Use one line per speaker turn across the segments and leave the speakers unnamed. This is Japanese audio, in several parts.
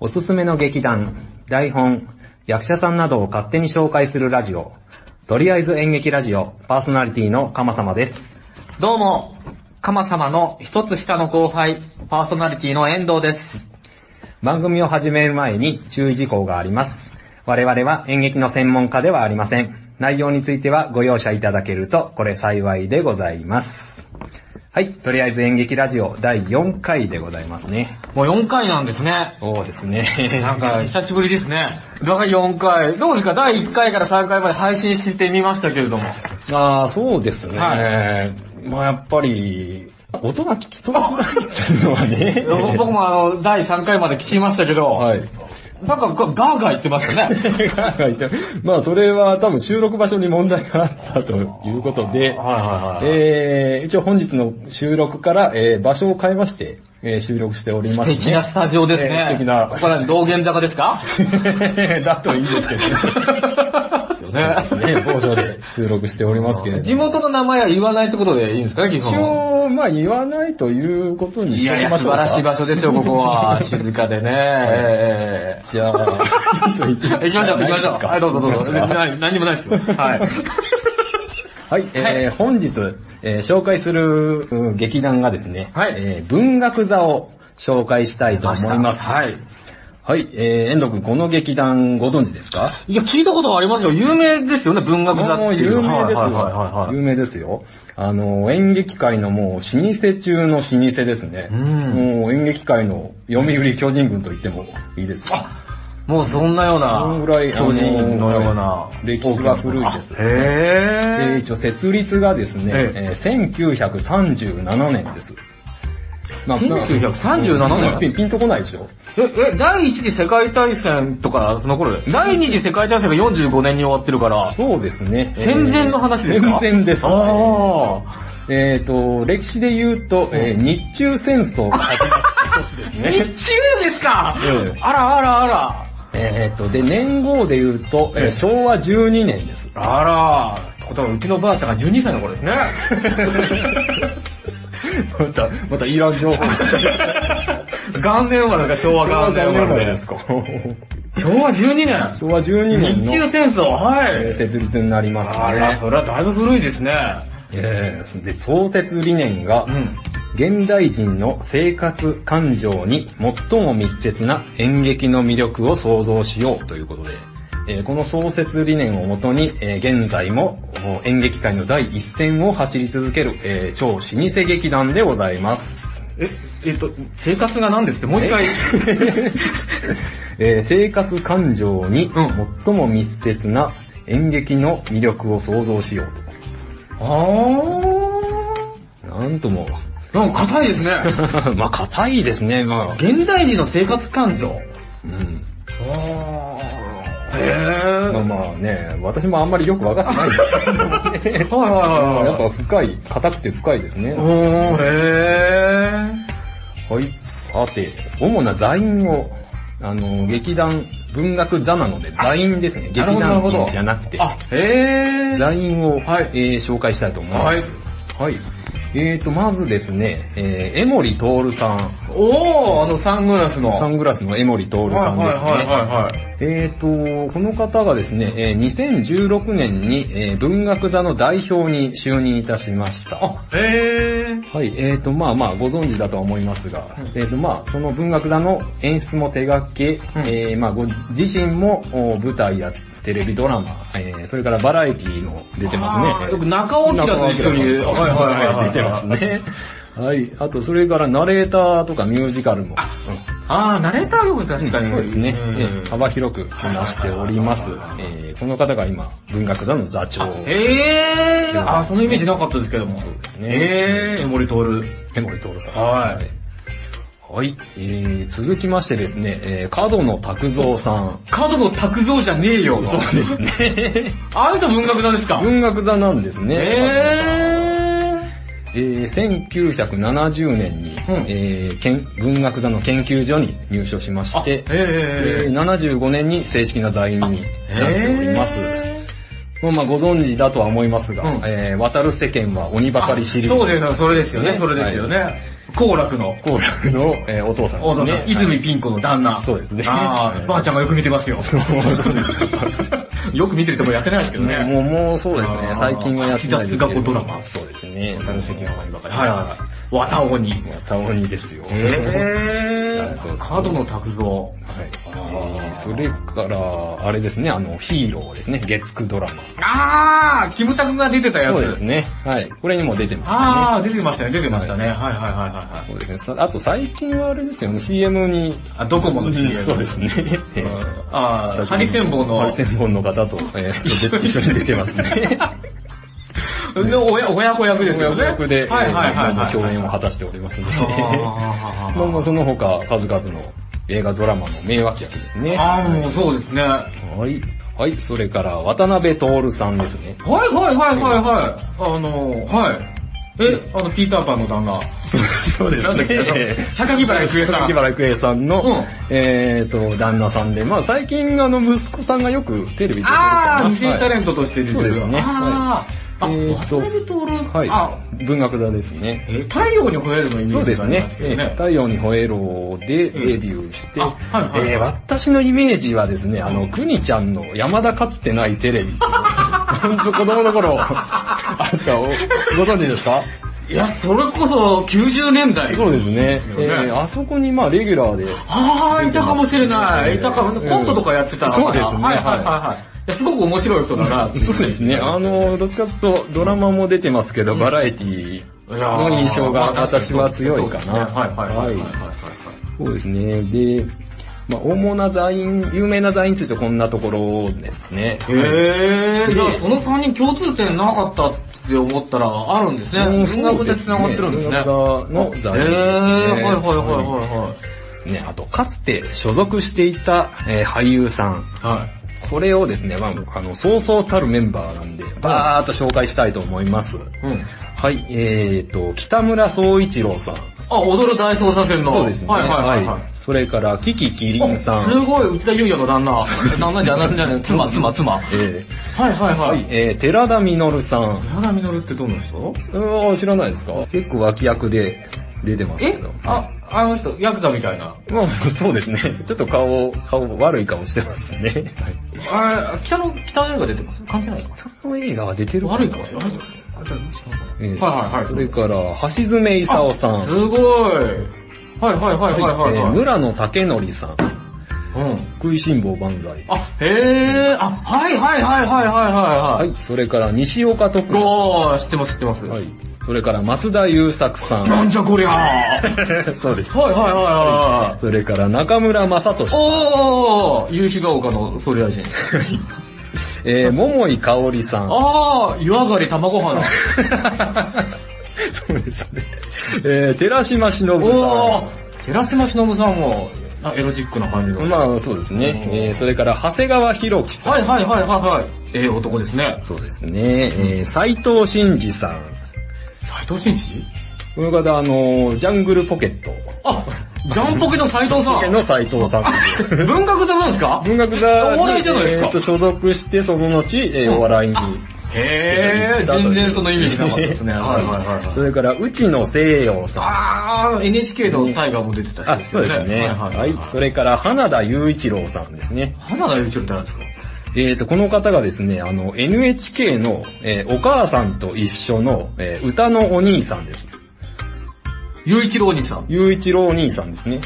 おすすめの劇団、台本、役者さんなどを勝手に紹介するラジオ、とりあえず演劇ラジオ、パーソナリティの鎌様です。
どうも、カマ様の一つ下の後輩、パーソナリティの遠藤です。
番組を始める前に注意事項があります。我々は演劇の専門家ではありません。内容についてはご容赦いただけると、これ幸いでございます。はい、とりあえず演劇ラジオ第4回でございますね。
もう4回なんですね。
そうですね。
なんか、久しぶりですね。第4回、どうですか第1回から3回まで配信してみましたけれども。
ああ、そうですね。
は
まあやっぱり、音が聞き取りづらいっていうの はね。
僕もあの、第3回まで聞きましたけど、
はい。
なんかガーガー言ってましたね。
まあそれは多分収録場所に問題があったということで、
は
えー、一応本日の収録から、えー場所を変えまして、えー収録しております
素敵な
ね。
スタジオです
え
ね。
ー素敵な
ここは道玄坂です か
だといいですけどね。ね、某所で収録しておりますけれど
地元の名前は言わないってことでいいんですかね、基
一
本。
応、まあ言わないということに
い
してお
や
り
いや、
まし
素
ょう
晴
から
しい場所ですよ、ここ は。静かでね。えー
じゃあ、ちょっと行
行きましょう、行きましょう。はい、どうぞどうぞ。別に何何にもないですよ。はい。
はい、えー本日、えー紹介するうん劇団がですね、
はい
えー文学座を紹介したいと思います。
はい。
はい、えー、遠藤くん、この劇団ご存知ですか
いや、聞いたことはありますよ。有名ですよね、文学座
も
っ
う
てい
有
う
名ですよ、
のは。はいはいはいはい。
有名ですよ。あの、演劇界のもう老舗中の老舗ですね。
うん
もう演劇界の読売巨人軍と言ってもいいですよ。
もうそんなような、
そのぐらい、
巨人のような
あ。の歴史が古いです。えー
へ
一応設立がですね、
え
えー1937年です。まあ
1937年
うんピンピンとこないでしょ。
え、え、第一次世界大戦とか、その頃で第二次世界大戦が45年に終わってるから、
そうですね。
戦前の話ですか
戦前です。
あ
えっ、と、歴史で言うと、えー日中戦 争が始まった年です
ー。日
ね。
中ですか
ええ
あらあらあら。
えっと、で、年号で言うと、えー
ええ
昭和12年です。
あらってことはうちのばあちゃんが12歳の頃ですね。
また、またいらん情報。
元年生まれですか、昭和元年生まれで。
か。
昭和12年。
昭和12年
日中
の、
戦争、は
えー
い。
設立になります
あら、
ね。
それはだいぶ古いですね。
えーで、創設理念が、
うん。
現代人の生活感情に最も密接な演劇の魅力を創造しようということで、えーこの創設理念をもとに、えー現在もお演劇界の第一線を走り続ける、えー超老舗劇団でございます。
え、えっと、生活が何ですってもう一回。
えー生活感情に
うん
最も密接な演劇の魅力を創造しよう
あー。
と。なんとも、
なんか硬いですね。
まあ硬いですね、まあ。
現代人の生活感情。
うん
あー。へ
まあ
ー。
まあね、私もあんまりよくわかってないんですけどね。
はいはいはいはい
やっぱ深い、硬くて深いですね。
おー、へー。
はい、さて、主な座員を、あの、劇団、文学座なので座員ですね。劇
なるほどなる
団
ほど
員じゃなくて、
あ、へー。
座員を、
はい
えー紹介したいと思います。はい。えーと、まずですね、えー、江森徹さん。
おー、あのサングラスの。
サングラスの江森徹さんですね。
はいはいはいはい。
えーと、この方がですね、えー2016年に、えー文学座の代表に就任いたしました。
へー。
はい、えーと、まあまあご存知だとは思いますが、えーと、まあその文学座の演出も手掛け、
うん
えーまあご自身もお舞台やテレビドラマ、えーそれからバラエティーも出てます
あーよく
ね。
中尾明と一緒に。
中尾明さんと出てます。ね。はい、あとそれからナレーターとかミュージカルも。うん
あー、ナレーター力確かに。
そうですね。
ん
ええ幅広くこなしております。えーこの方が今、文学座の座長。
えー。あー、そのイメージなかったですけども。
すね
えー、江森徹。
江森徹さん。。
はい
はい。えー続きましてですね、えー、角野拓造さん。
角野拓造じゃねえよ。
そうです ね。
あの人文学座ですか
文学座なんですね。
え
えー1970年に、
うん
えーけん文学座の研究所に入所しま
ー。あ
し、
え
て、えー
ー。
75年に正式な座員になっております。
え
もうまあご存知だとは思いますが、
うん
えー渡る世間は鬼ばかり知り。
そうですよ、それですよね、それですよね。幸楽の、
好楽の、えーお父さんで
大
す
田
ね
さ。ん、泉ピン子の旦那。
そうですね
あ
はい
あ、ばあちゃんがよく見てます よ。
そうです
よく見てるともやってないですけどね。
もう、もうそうです
あー
ね。最近はやってないですけど。
雑学ドラマ
そうですね。
渡る世間は鬼ばかり。はいはいはい。綿鬼。
たまにですよ。
え
そうそう
角野卓造。
はい
あー
えーそれから、あれですね、あの、ヒーローですね、月9ドラマ。
あー、キムタクが出てたや
そうです
つ。
ね。はい。これにも出てましたね。
あー、出てましたね、出てましたね。はいはいはいはいはい。
そうですねさ。あと最近はあれですよね、CM に。
あ、ドコモの CM。
そう ですね。えー
あー、ハリセンボンの
ハリ、センボンの方と、えー、 で一緒に出てますね。
の親親子役ですよね。
親子役で、
はいはいはいはい。
共演を果たしておりますので。
あ
まあまあその他、数々の映画ドラマの名脇役ですね。
ーあー、もうそうですね。はい
はい。はい、それから、渡辺徹さんですね。
はいはいはいはい。あの、はい。え、あの、ピーターパンの旦那。
そうそうです
なんだっけあの
ええ
高木原郁恵さん
高木原郁恵さんの、
うん
えーと、旦那さんで、まあ最近あの息子さんがよくテレビ出てるかな。
あー、無線
は
タ
い
レントとして出てる。
そうですね
あー、あ、
はいえー
渡
と
辺徹、
はい、
あ、
文学座ですね。
えー太陽に吠えるのイメ
そう
ージ
です
があり
ね
ます。け
え
ど
え
ね。
太陽に吠えろでデビューして、
あはいはい
えー私のイメージはですね、あの、くにちゃんの山田かつてないテレ ビ。ほんと子供の頃、あんたをご存知ですか
いや、それこそ90年代。
そうですね。えーあそこにまあレギュラーで
あー、いたかもしれない。
ええ
いたかも、
ええ
コントとかやってたのかな
そうですね
はいはいはいはい。いや、すごく面白い人だ な。
そうですね。あの、どっちかというとドラマも出てますけど、バラエティの印象が私は強いかな。
はいはいはいはいはいはい。
そうですね。で、まあ、主な座員、有名な座員についてはこんなところですね。
へー、
で
じゃあその3人共通点なかったって思ったらあるんですね。
うん
つなぐで繋がってるんですね。へー、
そうですね文学座の座員
はい
ですね。
はいはいは
ね、あと、かつて所属していた、えー俳優さん。
いはい。はい。
これをですね、まあ、あの、そうそうたるメンバーなんで、バーっと紹介したいと思います。
うん。
はい、えーと、北村総一郎さん。
あ、踊る大捜査線の。
そうですね。
はいはいはいはい。
それから、キキキリンさ
す
ん。
ごい、内田裕也の旦那。旦那じゃない、じゃない、妻、妻、妻。はい
え
はい
ー、
は
はい
い。、
えー、寺田実さん。
矢田実ってどんな人
うーん、知らないですか結構脇役で出てますけ
え
ど。
あ、あの人、ヤクザみたいな。
まあ、そうですね。ちょっと顔、顔、悪い顔してますね。はい。
あれ、北の、北の映画出てます関係ないか
この映画は出てる
悪い
か
か
な
もしれない。あじゃあ違うか
えー
はいはいはい
それから、橋爪勲さん。
すごい。はいはいはいはいはい、
えー
はい。
村野武則さん。
うん。
食いしん坊万歳。
あ、へー、あ、はいはいはいはいはいはい。は、
はいい、それから西岡徳馬さ
おー、知ってます知ってます。
ん。はい。それから松田優作さ ん。
なんじゃこりゃー。はい
そうです。
はいはいはい。
それから中村正俊さん。
おー、夕日が丘の総理大臣。
えー、桃井香織さん。
あー、湯上がり卵 花。
そうですね。えー、寺島しのぶ
お
さ
ー、寺島しのぶさんも、あエロチックな感じの。
ん。まあそうですね。えー、それから長谷川博己さん。
はいはいはいはいはい。ええ男ですね。
そうですね。えー、斎藤真二さん。
斎藤真司
この方、あのー、ジャングルポケット。
あ、ジャンポケの斎藤さ ん。
の斎藤さんですよ。
文学座なんですか
文学座
お
に、
笑いじゃないですか
えーと、所属して、その後、えー、お笑いに。
へぇー、全然そのイメージなかったですね。はいはいはいはい。
それから、内野聖陽さん。
あー、NHK の大河も出てた
あ
人、
そうですね。
はい
は
はいい。。
それから、花田雄一郎さんですね。
花田優一郎って何ですか
えー、と、この方がですね、あの、NHK の、えーお母さんと一緒の、えー歌のお兄さんです。
優一郎お兄さん。
ゆういちろうお兄さんですね。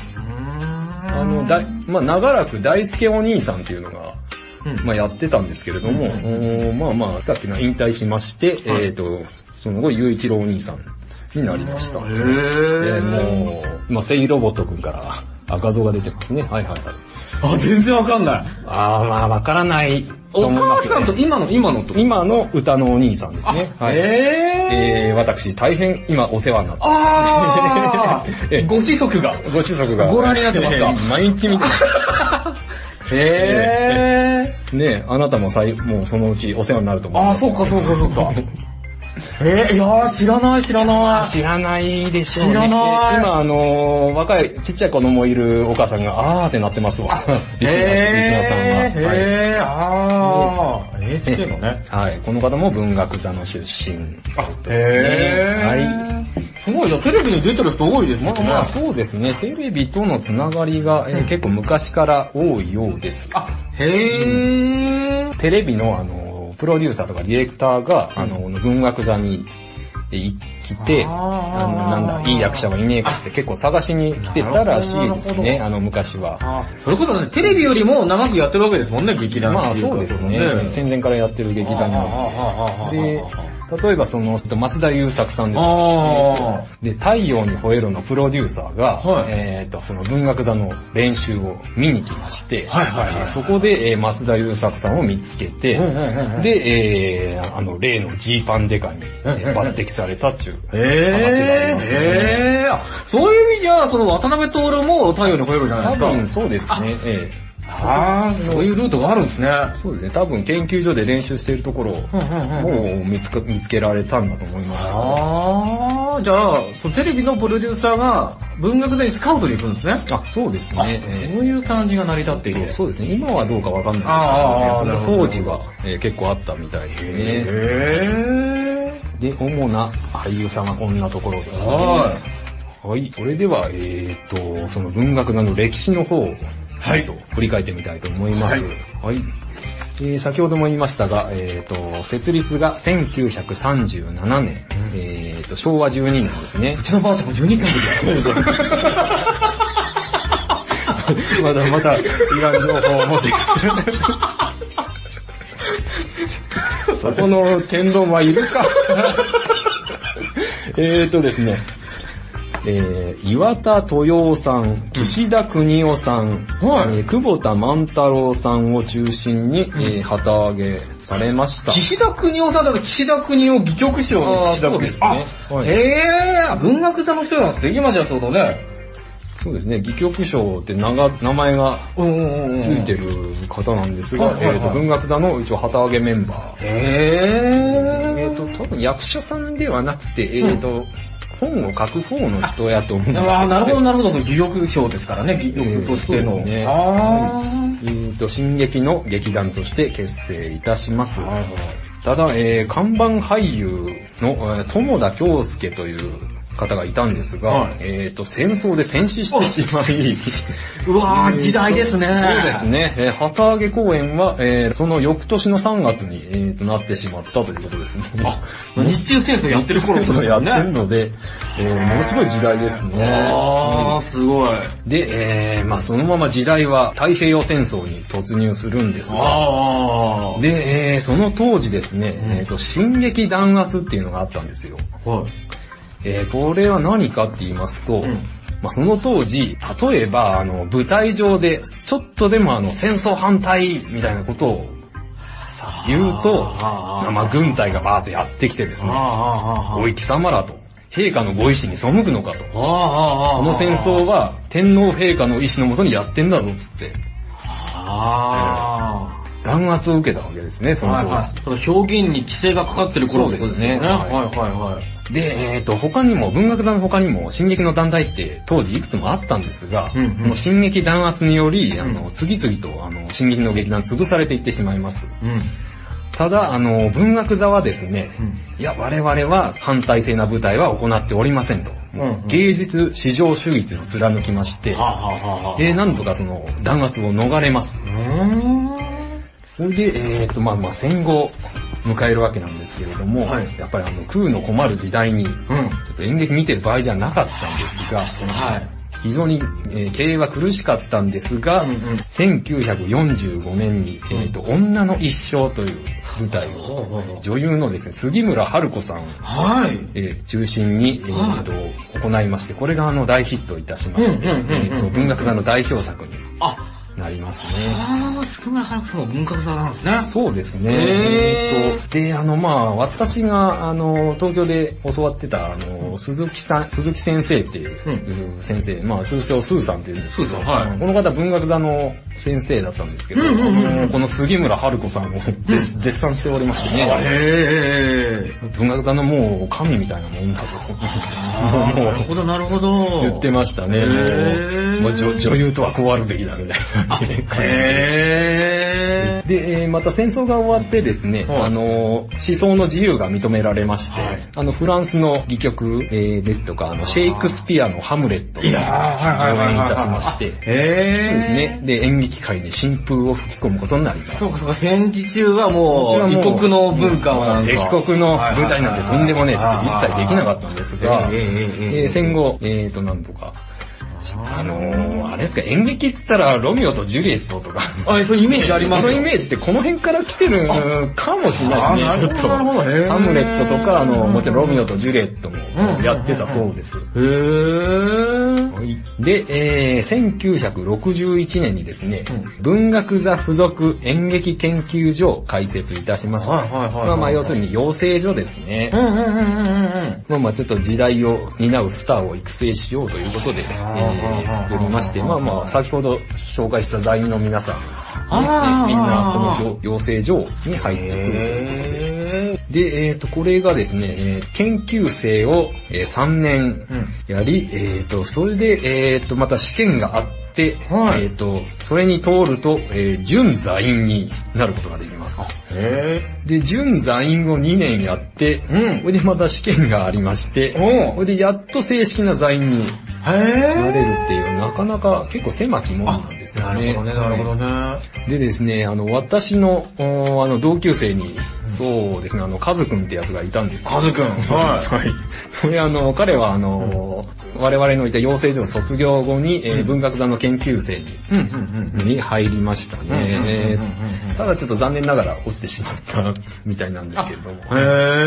あの、だい、まあ、長らく大輔お兄さんっていうのが、
うん
まあ、やってたんですけれども、おーまあまあ、さっきの引退しまして、
はい
えー、と、その後、ゆういちろうお兄さんになりました。
へ
え
ぇ
ー、
ー。
もう、まあ、セイロボットくんから、あ、画像が出てますね。はいはいはい。
あ、全然わかんない。
あー、まあ、わからないと
お
思いま
母
す、ね。
さんと今の、今のと。
今の歌のお兄さんですね。
あ、へぇー。
えー、私、大変今お世話になって、
あ
え
ー、ご子息が。
ご子息が。
ご覧になってますか
毎日見てます。
へぇー。
ねえあなたもさい、もうそのうちお世話になると思い
あ
ま
ー、
す。
そうかそうかそうか。えー、いやー、知らない知らない。
知らないでしょうね。
知らな
え
い
今、あのー若い、ちっちゃい子供いるお母さんが、あーってなってますわ。 リスナー、リスナーさん
えー、
が。はい
えー、あー、NHK のね。
はい。この方も文学座の出身。あ、はい。
えー。すごい、じゃあテレビに出てる人多いです
ま
ね。
あまあそうですね、テレビとのつながりが、えー結構昔から多いようです。
あ、へー。
テレビのあの、プロデューサーとかディレクターが、あの、文学座に行って、あ
あー
の、なんだ、いい役者はいねえかって結構探しに来てたらしいですね、
なるほど
あの、昔は。
あそれこそね、テレビよりも長くやってるわけですもんね、劇団
まあ
ってい
そう
か
ですね、戦前からやってる劇団の。
の
で、例えばその、松田優作さんです
あ
で、太陽に吠えろのプロデューサーが、
はい
えっ、と、その文学座の練習を見に来まして、
はいはいはい
そこで、えー松田優作さんを見つけて、
うんうんうんうん
で、えーあの、例のジーパンデカにえ
うんうんうん
ー抜擢されたっていう
え
話がありますね。
えー、あそういう意味じゃ、その渡辺徹も太陽に吠えるじゃ
多
ないですか。
分そうですね、え
ああ、そういうルートがあるんですね。
えそうですね、多分研究所で練習しているところを、
うんうんう
も
ん
う見つか見つけられたんだと思いますけど。
ああ、じゃあ、そのテレビのプロデューサーが文学座にスカウトに行くんですね。
あ、そうです
あ、
ね。ええ
そういう感じが成り立っていて。
そうですね、今はどうかわかんな
あ
いで
ー
す
な
け
る
ど、ね、
ほど
当時は、えー結構あったみたいですね。
え
で、主な俳優さんはこんなところですね。
は
はい。それでは、えっ、と、その文学座の歴史の方を、はい。と振り返ってみたいと思います。はい。えー先ほども言いましたが、えっ、と、設立が1937年、えっ、と、昭和12年ですね
う。ちのばあちゃんも12歳の時だ。
まだまだ、いらん情報を持ってきてそこの天丼はいるか。 えーとですね、えー、岩田豊夫さん、岸田邦夫さん、
はい
えー久保田万太郎さんを中心に、えー旗揚げされま した。
岸田国夫さんだと岸田国夫戯曲賞の岸田
あーそう
国
です
夫。
ねはい
へー、文学座の人なんですね。今じゃそうだね。
そうですね、戯曲賞って名が名前が
うんうんうんうん。
ついてる方なんですが、
うんはいはいはい
えーと文学座の一応旗揚げメンバー。え
へ
っ、
ー。
と、多分役者さんではなくて、えっ、と、本を書く方の人やと思うんですけど、
あーなるほどなるほど、その戯曲賞ですからね、戯曲として
えーそ
の。
うですね
あー。
えーと、進撃の劇団として結成いたします。ただ、えー看板俳優の、えー友田京介という方がいたんですが、
はい
えっ、と、戦争で戦死してしま い、
うわー、時代ですね。
そうです。ね、えー旗揚げ公演は、えーその翌年の3月に、えーとなってしまったということですね。
日中戦争やってる頃です
そうや
よ
っ
ね。
てるので、えーものすごい時代ですね。
あー、すごい。
で、えー、まあそのまま時代は太平洋戦争に突入するんですが、
あー。
で、えー、その当時ですね、
ん
えーと、進撃弾圧っていうのがあったんですよ。
はい。
えー、これは何かって言いますと、
ん
まあその当時、例えば、あの、舞台上で、ちょっとでもあの、戦争反対みたいなことを言うと、
あー
まあ軍隊がバーッとやってきてです
あー、
ね、
あー、あー。
おい貴様らと、陛下のご意志に背くのかと、
あー、あー、あー。
この戦争は天皇陛下の意志のもとにやってんだぞっつって、
あー。
弾圧を受けたわけですね、その当時。
はいはい、表現に規制がかかってる頃ってことですよね。
そうですね
はいはいはい。
で、えっ、と、他にも、文学座の他にも、進撃の団体って当時いくつもあったんですが、
うんうん
その進撃弾圧により、あ
う
の、次々と、あの、進撃の劇団潰されていってしまいます。
うん。
ただ、あの、文学座はですね、
うん
いや、我々は反対性な舞台は行っておりませんと。
うんうん
芸術至上主義というのを貫きまして、
はあ、はあはあはあ、
えーなんとかその弾圧を逃れます。
うーん。
それで、えっ、と、まあまあ戦後を迎えるわけなんですけれども、
はい
やっぱりあの、食うの困る時代に、
うん。
ちょっと演劇見てる場合じゃなかったんですが、
はい。
非常に、えー経営は苦しかったんですが、
うんうん
1945年に、えーと、女の一生という舞台を、女優のですね、杉村春子さんを、
はい。
えー中心に、えーと行いまして、これがあの大ヒットいたしまして、
うんうんうんうん
えーと文学座の代表作に
あ、
なりますね。
あー、福村花子さんも文化座なんですね。
そうですね。
へー
えーと、で、あの、まあ、私が、あの、東京で教わってた、あの、の、鈴木さん、鈴木先生っていう先生、まあ通称スーさんっていうんですけど、
そうですねはい
この方文学座の先生だったんですけど、
うんうんうんうん
あのこの杉村春子さんを 絶絶賛しておりましてね、
へー。
文学座のもう神みたいなもんだと。
あーなるほど、なるほど。
言ってました
へ
ね。
ー
もうもう女女優とはこうあるべきだみたいな 感じで。
へ
で、えーまた戦争が終わってですね、
はい
あのー、思想の自由が認められまして、
はい
あの、フランスの戯曲、えーですとか、あの、シェイクスピアのハムレットを
ー。いやー、はい
上
はいはい
演い
はい。
たしまして、
へ
そう
ー。
ですね。。で、演劇界に新風を吹き込むことになります。
そうかそうか、戦時中はも
私は
う、
もう
異国の文化をなんか。
敵国の舞台なんてとんでもねえっつ
はいはい
って一切
はい
できなかったんですが、
ええええええ
えー戦後、えーと、なんとか、あのー、あれですか、演劇って言ったら、ロミオとジュリエットとか、
あ、そういうイメージあります
そ
よ
のイメージってこの辺から来てるかもしれないですね、ちょっと。
あーなるほどなるほどへー
ハムレットとか、あの、もちろんロミオとジュリエットもやってたそうです。
へー。
で、えー、1961年にですね、
う
文学座附属演劇研究所を開設いたしました。
はいはいはいはい
まあまあ要するに養成所ですね。
うんうんうんうんうん
まあまあちょっと時代を担うスターを育成しようということで、え
あ
ー
ー
作りまして、まあまあ先ほど紹介した座員の皆さん、ね
あー
みんなこの養成所に入ってくるということで。
へ
で、えっ、と、これがですね、えー研究生を、え3年
うん
やり、えっ、と、それで、えっ、と、また試験があって、
はい
えっ、と、それに通ると、えー準座員になることができます。
ー。へ
で、準座員を2年やって、
うん
それでまた試験がありまして、
おう
それでやっと正式な座員に
ー。へ
なれ
ー。
るっていう、なかなか結構狭きものなんですよ
なる
ね。
ほどね、なるほどね。
でですね、あの、私の、おーあの、同級生に、そうですね、あの、カズくんってやつがいたんですけど
カズくん。は
はい。それあの、彼はあの、我々のいた養成所を卒業後に、えー文学座の研究生に、
い。うんうん
に入りました
うんうんうんうんうん
ね。ただちょっと残念ながら落ちてしまったみたいなんですけれども。
うん。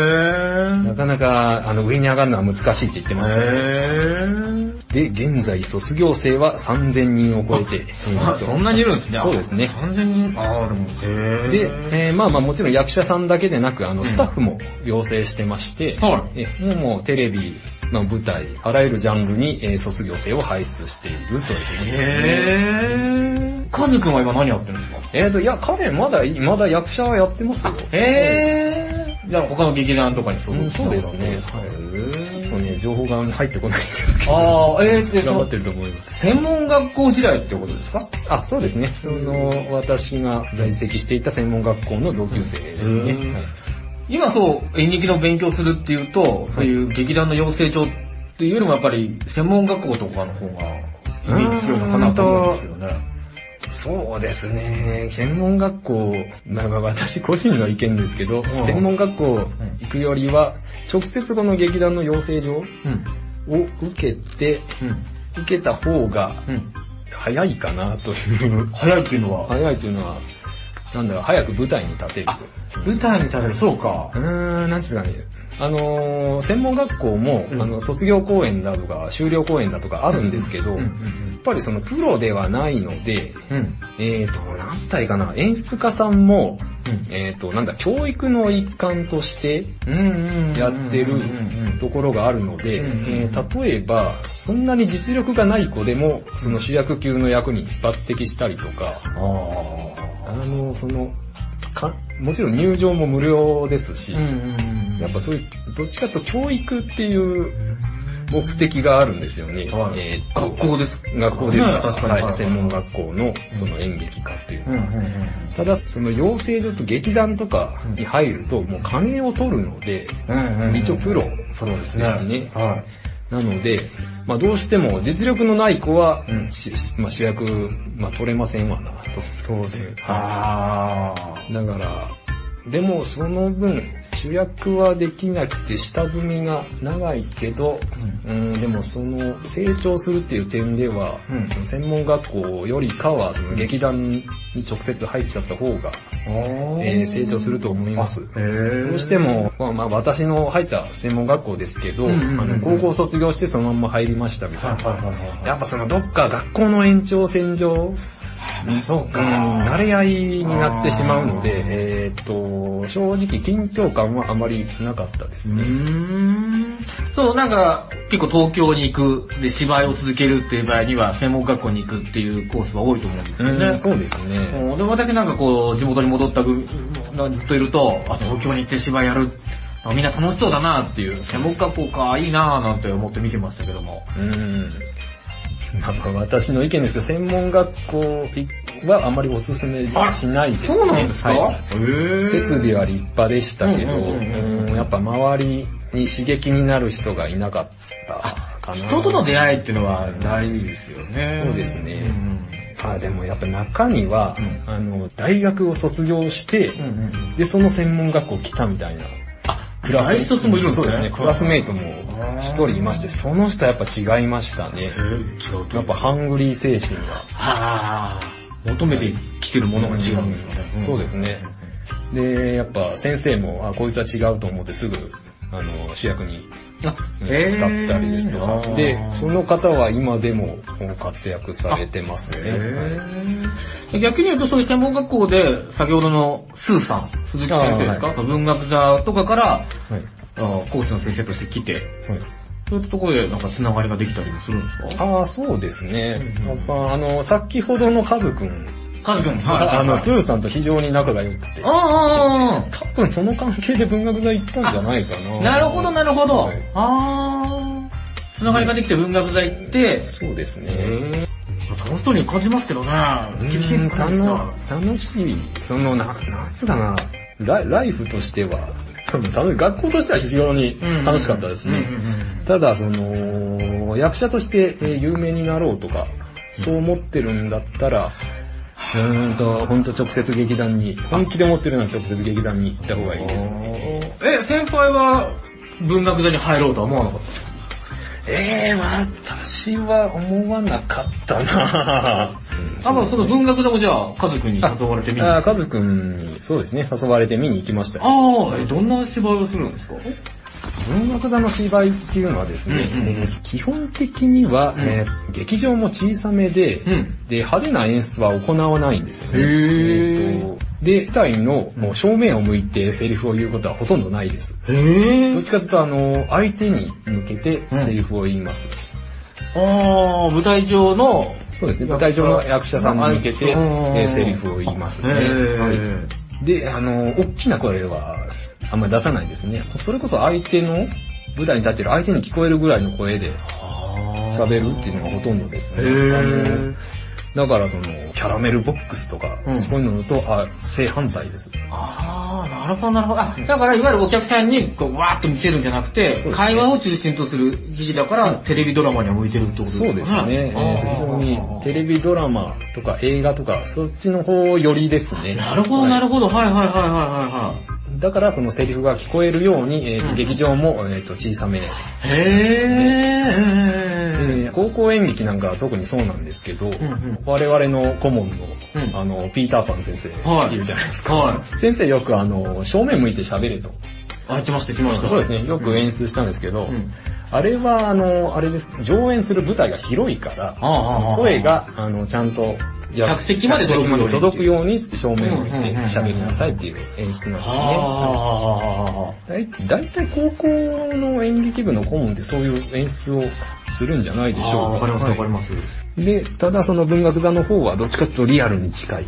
な
へー。
かなか、あの、上に上がるのは難しいって言ってましたね。
へー。
で、現在卒業生は3000人を超えて、えー
あ、
と
そんなにいるんですね。
そうですね
完全に、あー、でも、へー。
で、えーまあまあもちろん役者さんだけでなく、あの、スタッフも養成してまして、
は
えーもうもうテレビの舞台、あらゆるジャンルに、えー卒業生を輩出しているということですね。
へー。カズくんは今何やってるんですか
えーと、いや、彼まだ、まだ役者はやってますよ。
へー。じゃあ他の劇団とかに所
うん
属
そうですね。
したこ
はい
と
ちょっとね、情報が入ってこないんですけど、
あー、えー、で
頑張ってると思います。
専門学校時代ってことですか
あ、そうですね。その、私が在籍していた専門学校の同級生ですね。
うん
はい
今そう、演劇の勉強するっていうと、そういう劇団の養成所っていうよりもやっぱり専門学校とかの方がイメージ強いのかなと思うんですけどね。
そうですね。専門学校、まあまあ私個人の意見ですけど、
ん
専門学校行くよりは、直接この劇団の養成所
うん。
を受けて、
うん。
受けた方が
うん。
早いかなという。
早いっていうのは、
早いというのは、なんだろう、早く舞台に立てる。
舞台に立てる、そうか
う。ーん、なんつうかね。あのー専門学校も、
うん
あの、卒業公演だとか、修了公演だとかあるんですけど、
う
やっ
ん。
ぱりそのプロではないので、
うん。
えーと、何体かな、演出家さんも、
うん
えーと、なんだ、教育の一環として
うん。
やって
うんう
る
ん
ところがあるので、
うん
えー例えば、そんなに実力がない子でも、その主役級の役に抜擢したりとか、
うん。あ
あの、その、かもちろん入場も無料ですし、
ーうんうんうん。
やっぱそういう、どっちかというと教育っていう目的があるんですよね。
はい
えーと
学校です。
学校です
ね
か、
確からに
はい、専門学校のその演劇科っていう
うんうんうん。
ただ、その養成所と劇団とかに入ると、もう金を取るので、
うんうんうん。
一応プロ
プロです
で
ね。
すね。
は
なので、まあどうしても実力のない子は
う、ん
しまあ主役、まあ取れませんわな、と。当然
い。あー。
だから、でもその分、主役はできなくて下積みが長いけど、うん、でもその成長するっていう点では、
うん
その専門学校よりかはその劇団に直接入っちゃった方が、えー成長すると思います。
ど
どうして、も、まあ、まあ私の入った専門学校ですけど、
うんうんうん
あの高校卒業してそのまんま入りましたみたい
はい
な。
はいはいはい。
やっぱそのどっか学校の延長線上
まあそう
う
か。
ん、慣れ合いになってしまうので、えーっと、正直緊張感はあまりなかったです
うー
ね。
んそう、なんか、結構東京に行く、で、芝居を続けるっていう場合には、専門学校に行くっていうコースは多いと思うんです
う
よ
ん、
ね。
そうですね。
うんでも私なんかこう、地元に戻った組、なんかずっといると、あ、東京に行って芝居やる、あみんな楽しそうだなっていう、専門学校か、いいななんて思って見てましたけども。
うん。まあまあ私の意見ですけど、専門学校はあまりおすすめしないですね。
そうなんですか、
はい
へー
設備は立派でしたけど、
うんうんうん
うんやっぱ周りに刺激になる人がいなかったかな。
人との出会いっていうのは大事ですよね。
そうですね
うん
あでもやっぱ中には、
うん
あの、大学を卒業して、
うんうんうん
で、その専門学校来たみたいな。ク
大卒もいるんですね
そうですね。クラスメイトも
ー
一人いまして、その人はやっぱ違いましたね。
えー違うと
やっぱハングリー精神が。
ああ、求めてきてるものが違うんですよね。。
そうですすね。で、やっぱ先生も、あ、こいつは違うと思ってすぐ、あの、主役に
あ、
うん使ったりですと
あ
か。
ー
で、その方は今でも活躍されてますね。
えー逆に言うと、そういう専門学校で、先ほどのスーさん、鈴木先生ですか、
あ
文学座とかから、
はい。
あー講師の先生として来て、
はい
そういうところでなんかつながりができたりもするんですか
ああ、そうですね。
うん
やっぱ、あの、先ほどのカズくん、
カズ君、
あの、ス
ー
ーさんと非常に仲が良くて、
ああ、あー
多分その関係で文学座行ったんじゃないか
あ
な。
ーなるほど、なるほど。
はい
ああ、つながりができて文学座行って、
そうですね。
えー楽しそうに感じますけどね。厳しい感じ
うん
だ
楽。楽しい、その、な、なんつうかな、ライライフとしては、多分楽しい学校としては非常に楽しかったですね。
うんうんうん
ただ、その、役者としてえー有名になろうとか、そう思ってるんだったら、うーんと、ほんと直接劇団に、本気で思ってるなら直接劇団に行った方がいいですね。
え、先輩は文学座に入ろうとは思わなかっ
ええ私は思わなかった な
た。あ、まあその文学座もじゃあ、カズ君に誘われてみる。
あ
あ
ー、カズくんに、そうですね、誘われて見に行きました。
あ、えどんな芝居をするんですか
文学座の芝居っていうのはですね、
うんうん
えー基本的には、
うん
えー劇場も小さめで、
うん。
で、派手な演出は行わないんですよね。
へ
え
ー
ーとで、舞台のもう正面を向いてセリフを言うことはほとんどないです。
へ
どっ
え。
ちかというと、あの、相手に向けてセリフを言います。
ああ、舞台上の、
そうですね、舞台上の役者さんに向けて、え
うん
ーセリフを言いますね。
へえ
はいで、あの、大きな声はあんまり出さないですね。それこそ相手の、舞台に立ってる相手に聞こえるぐらいの声で
あー
喋るっていうのがほとんどですね。あの
へえ。
だからその、キャラメルボックスとか、
うん
そういうのと、あ、正反対です。
ああ、なるほどなるほど。あ、だからいわゆるお客さんにこうわーっと見せるんじゃなくて、
すね
会話を中心とする時期だからテレビドラマには向いてるってことですか
そうですね。えーと非常にテレビドラマとか映画とか、そっちの方よりですね。
なるほど、
はい
なるほど。はいはいはいはいは
だからそのセリフが聞こえるように、えーと
うん
劇場も、えーと小さめ。
いはい。へぇー。
えー高校演劇なんかは特にそうなんですけど、
うんうん
我々の顧問の、
うん
あの、ピーターパン先生、
はい
いるじゃないですか。
はい。
先生よくあの、正面向いて喋れと。
あ、来ました来ました。
そうですね、よく演出したんですけど、
うん。
あれはあの、あれです、上演する舞台が広いから、
ああああ
声が、あの、ちゃんと、いや
客席まで
客席
届くように
届くように正面を向いて
うんうんうんうん
喋りなさいっていう演出なんですね。
あ
だいだいたい高校の演劇部の顧問ってそういう演出をするんじゃない
ー。
でしょう
あ
か。
ーわかります
はい
わかります。
で、ただその文学座の方はどっちかというとリアルに近い、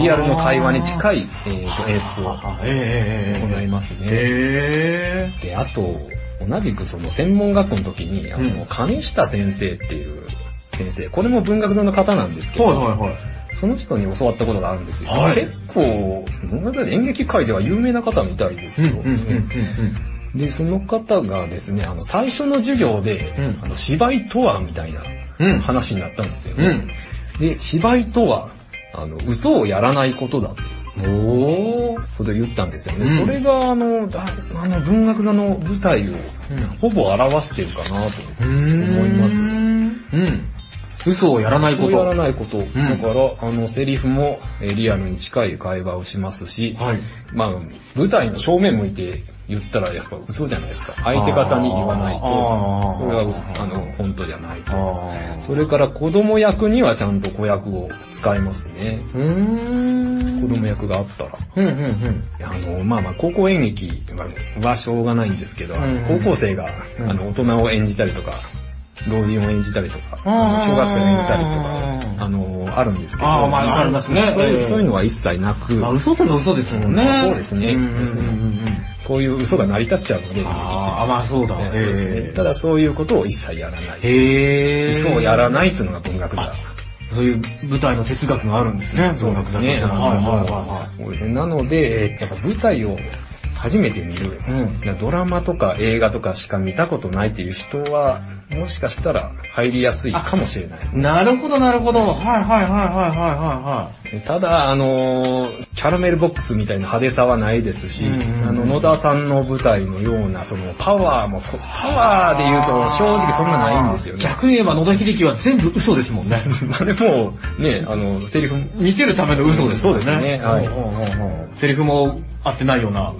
リアルの会話に近
い
い、えー、と演出を
え
行い
ま
ますね。
へ
で、あと、同じくその専門学校の時に、あの、
うん
金下先生っていう先生、これも文学座の方なんですけ
ー。
ど、
はいはいはい。
その人に教わったことがあるんですよ。
はい
結構、文学座で演劇界では有名な方みたいですよ。
ん
で、その方がですね、あの、最初の授業で、
うん
あの芝居とはみたいな
うん。うん。
話になったんですよね。
うん。
で、芝居とは、あの、嘘をやらないことだっていう
おー。
ことを言ったんですよね。
うん
それが、あの、だあの文学座の舞台を
うん
ほぼ表してるかなと
思
思います。
うん。嘘をやらないこ
そう
と。
やらないこと。だ
ん
から、あの、セリフもえーリアルに近い会話をしますし、
はい。
まあ、舞台の正面向いて言ったらやっぱ嘘じゃないですか。相手方に言わないと、
あー
これは、あの、本当じゃないと。
あ
それから子供役にはちゃんと子役を使いますね。
ー。うーん。
子供役があったら。
うんうんうん。
いやあの、まあまあ、高校演劇はしょうがないんですけど、あの
うん
高校生が、
うん
あの、大人を演じたりとか、老人を演じたりとか、
うん
あの小学生を演じたりと
うん
か、あの、あるんですけど、
あーまあありますね
そういう
ええ
そういうのは一切なく、
まあ嘘とも嘘ですもん
ま
ね。
あそうですね
うんうんうんうん。
こういう嘘が成り立っちゃうので、演劇っていうの
あー
は
あ、まあそうだ。
ねそうですね。ただそういうことを一切やらない。
へえ。
嘘をやらないっていうのが文学座。
そういう舞台の哲学があるんですね。
そうですね。
文学座はいはいは
はいはい。なので、えーやっぱ舞台を初めて見る、ドラマとか映画とかしか見たことないっていう人は、もしかしたら入りやすいかもしれないです
い。
ね。
なるほどなるほど。はいはいはいはいはいは
ただ、あのーキャラメルボックスみたいな派手さはないですし、
うんうんうん
あの、野田さんの舞台のような、その、パワーもそ、パワーで言うと正直そんなないんですよ
い。
ね。
逆に言えば野田秀樹は全部嘘ですも んね。
あれも、ね、あの、セリフ、
見せるための嘘ですもんね。
そうですねはい
うんうんうんうんセリフも合ってないような、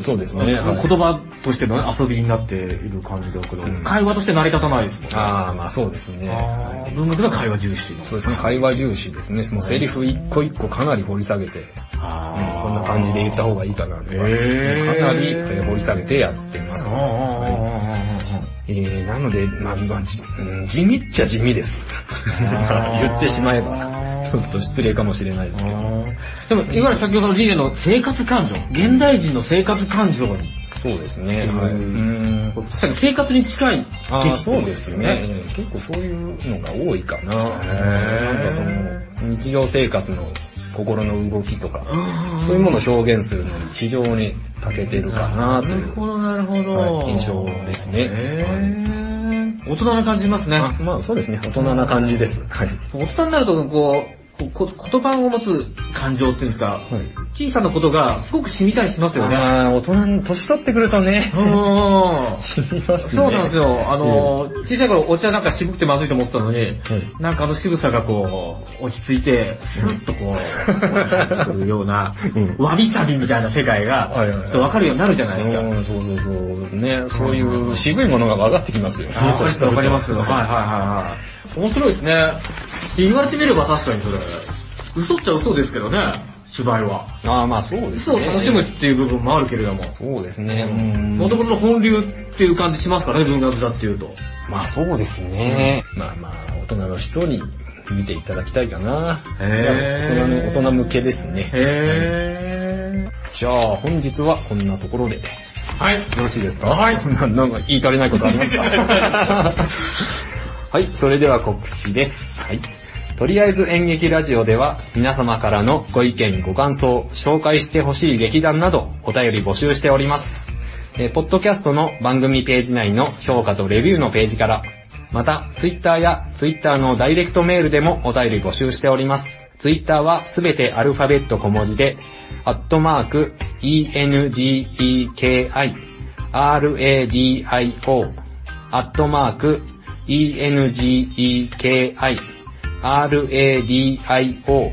そうですね。
言
はい
葉としてのね遊びになっている感じだけど
う、ん
会話として成り立たないですもんね。
ああ、まあそうですね。
あー文学の会話重視の。
そうですね、会話重視ですね。そのセリフ一個一個かなり掘り下げて、うんこ
こ
んな感じで言った方がいいかなとか、
へー
かなりえー掘り下げてやってます。えー、なので、まあ、まあ、じうん地味っちゃ地味です。
あー
言ってしまえば、ちょっと失礼かもしれないですけど。
でも、いわゆる先ほどの理念の生活感情、現代人の生活感情に、
そうですね。
うん
はい、うん
確かに生活に近い
あー
劇
そうですよね。。うん結構そういうのが多いかな。
へー
なんかその、日常生活の心の動きとか、
あー
そういうものを表現するのに非常に長けてるかなと
ないる
う、
ほど、なるほ
は
ど。
い印象ですね。はい
へー大人な感じしますね。
あまあそうですね、大人な感じです。はい。
大人になると、こう、ここ言葉を持つ感情っていうんですか、小さなことがすごく染みたりしますよね。
ああ、大人に年取ってくるとね、
うん
死にますね。
そうなんですよ。あの、小さい頃お茶なんか渋くてまずいと思ってたのに、
はい
なんかあの渋さがこう、落ち着いて、スーッと こう、くるような、
うん
わびさびみたいな世
は
界
いはい
が
は、い
ちょっとわかるようになるじゃないですか。
うん、そうそうそう。ね、そういう渋いものが分かってきますよ。
あ
年
ー
取ると
わかりますよ。はいはいはいはい。面白いですね。言われてみれば確かにそれ、嘘っちゃ嘘ですけどね、芝居は。
ああ、まあそうです
嘘
ね。
を楽しむっていう部分もあるけれども。
そうですね。うん
もともとの本流っていう感じしますからね、文学座っていうと。
まあそうですね。まあまあ、大人の人に見ていただきたいかな。
へー
いや大人の大人向けですね。
へ
じゃあ本日はこんなところで。
ー。はい。
よろしいですかはい。 ななんか言い足りないことありますかはい、それでは告知です。はい。とりあえず演劇ラジオでは皆様からのご意見、ご感想、紹介してほしい劇団などお便り募集しております。えーポッドキャストの番組ページ内の評価とレビューのページから、また、ツイッターやツイッターのダイレクトメールでもお便り募集しております。ツイッターはすべてアルファベット小文字で、アットマーク、engeki、radio、アットマーク、engeki、radio、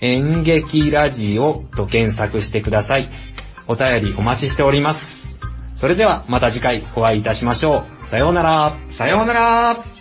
演劇ラジオと検索してください。お便りお待ちしております。それではまた次回お会いいたしましょう。さようなら。
さようなら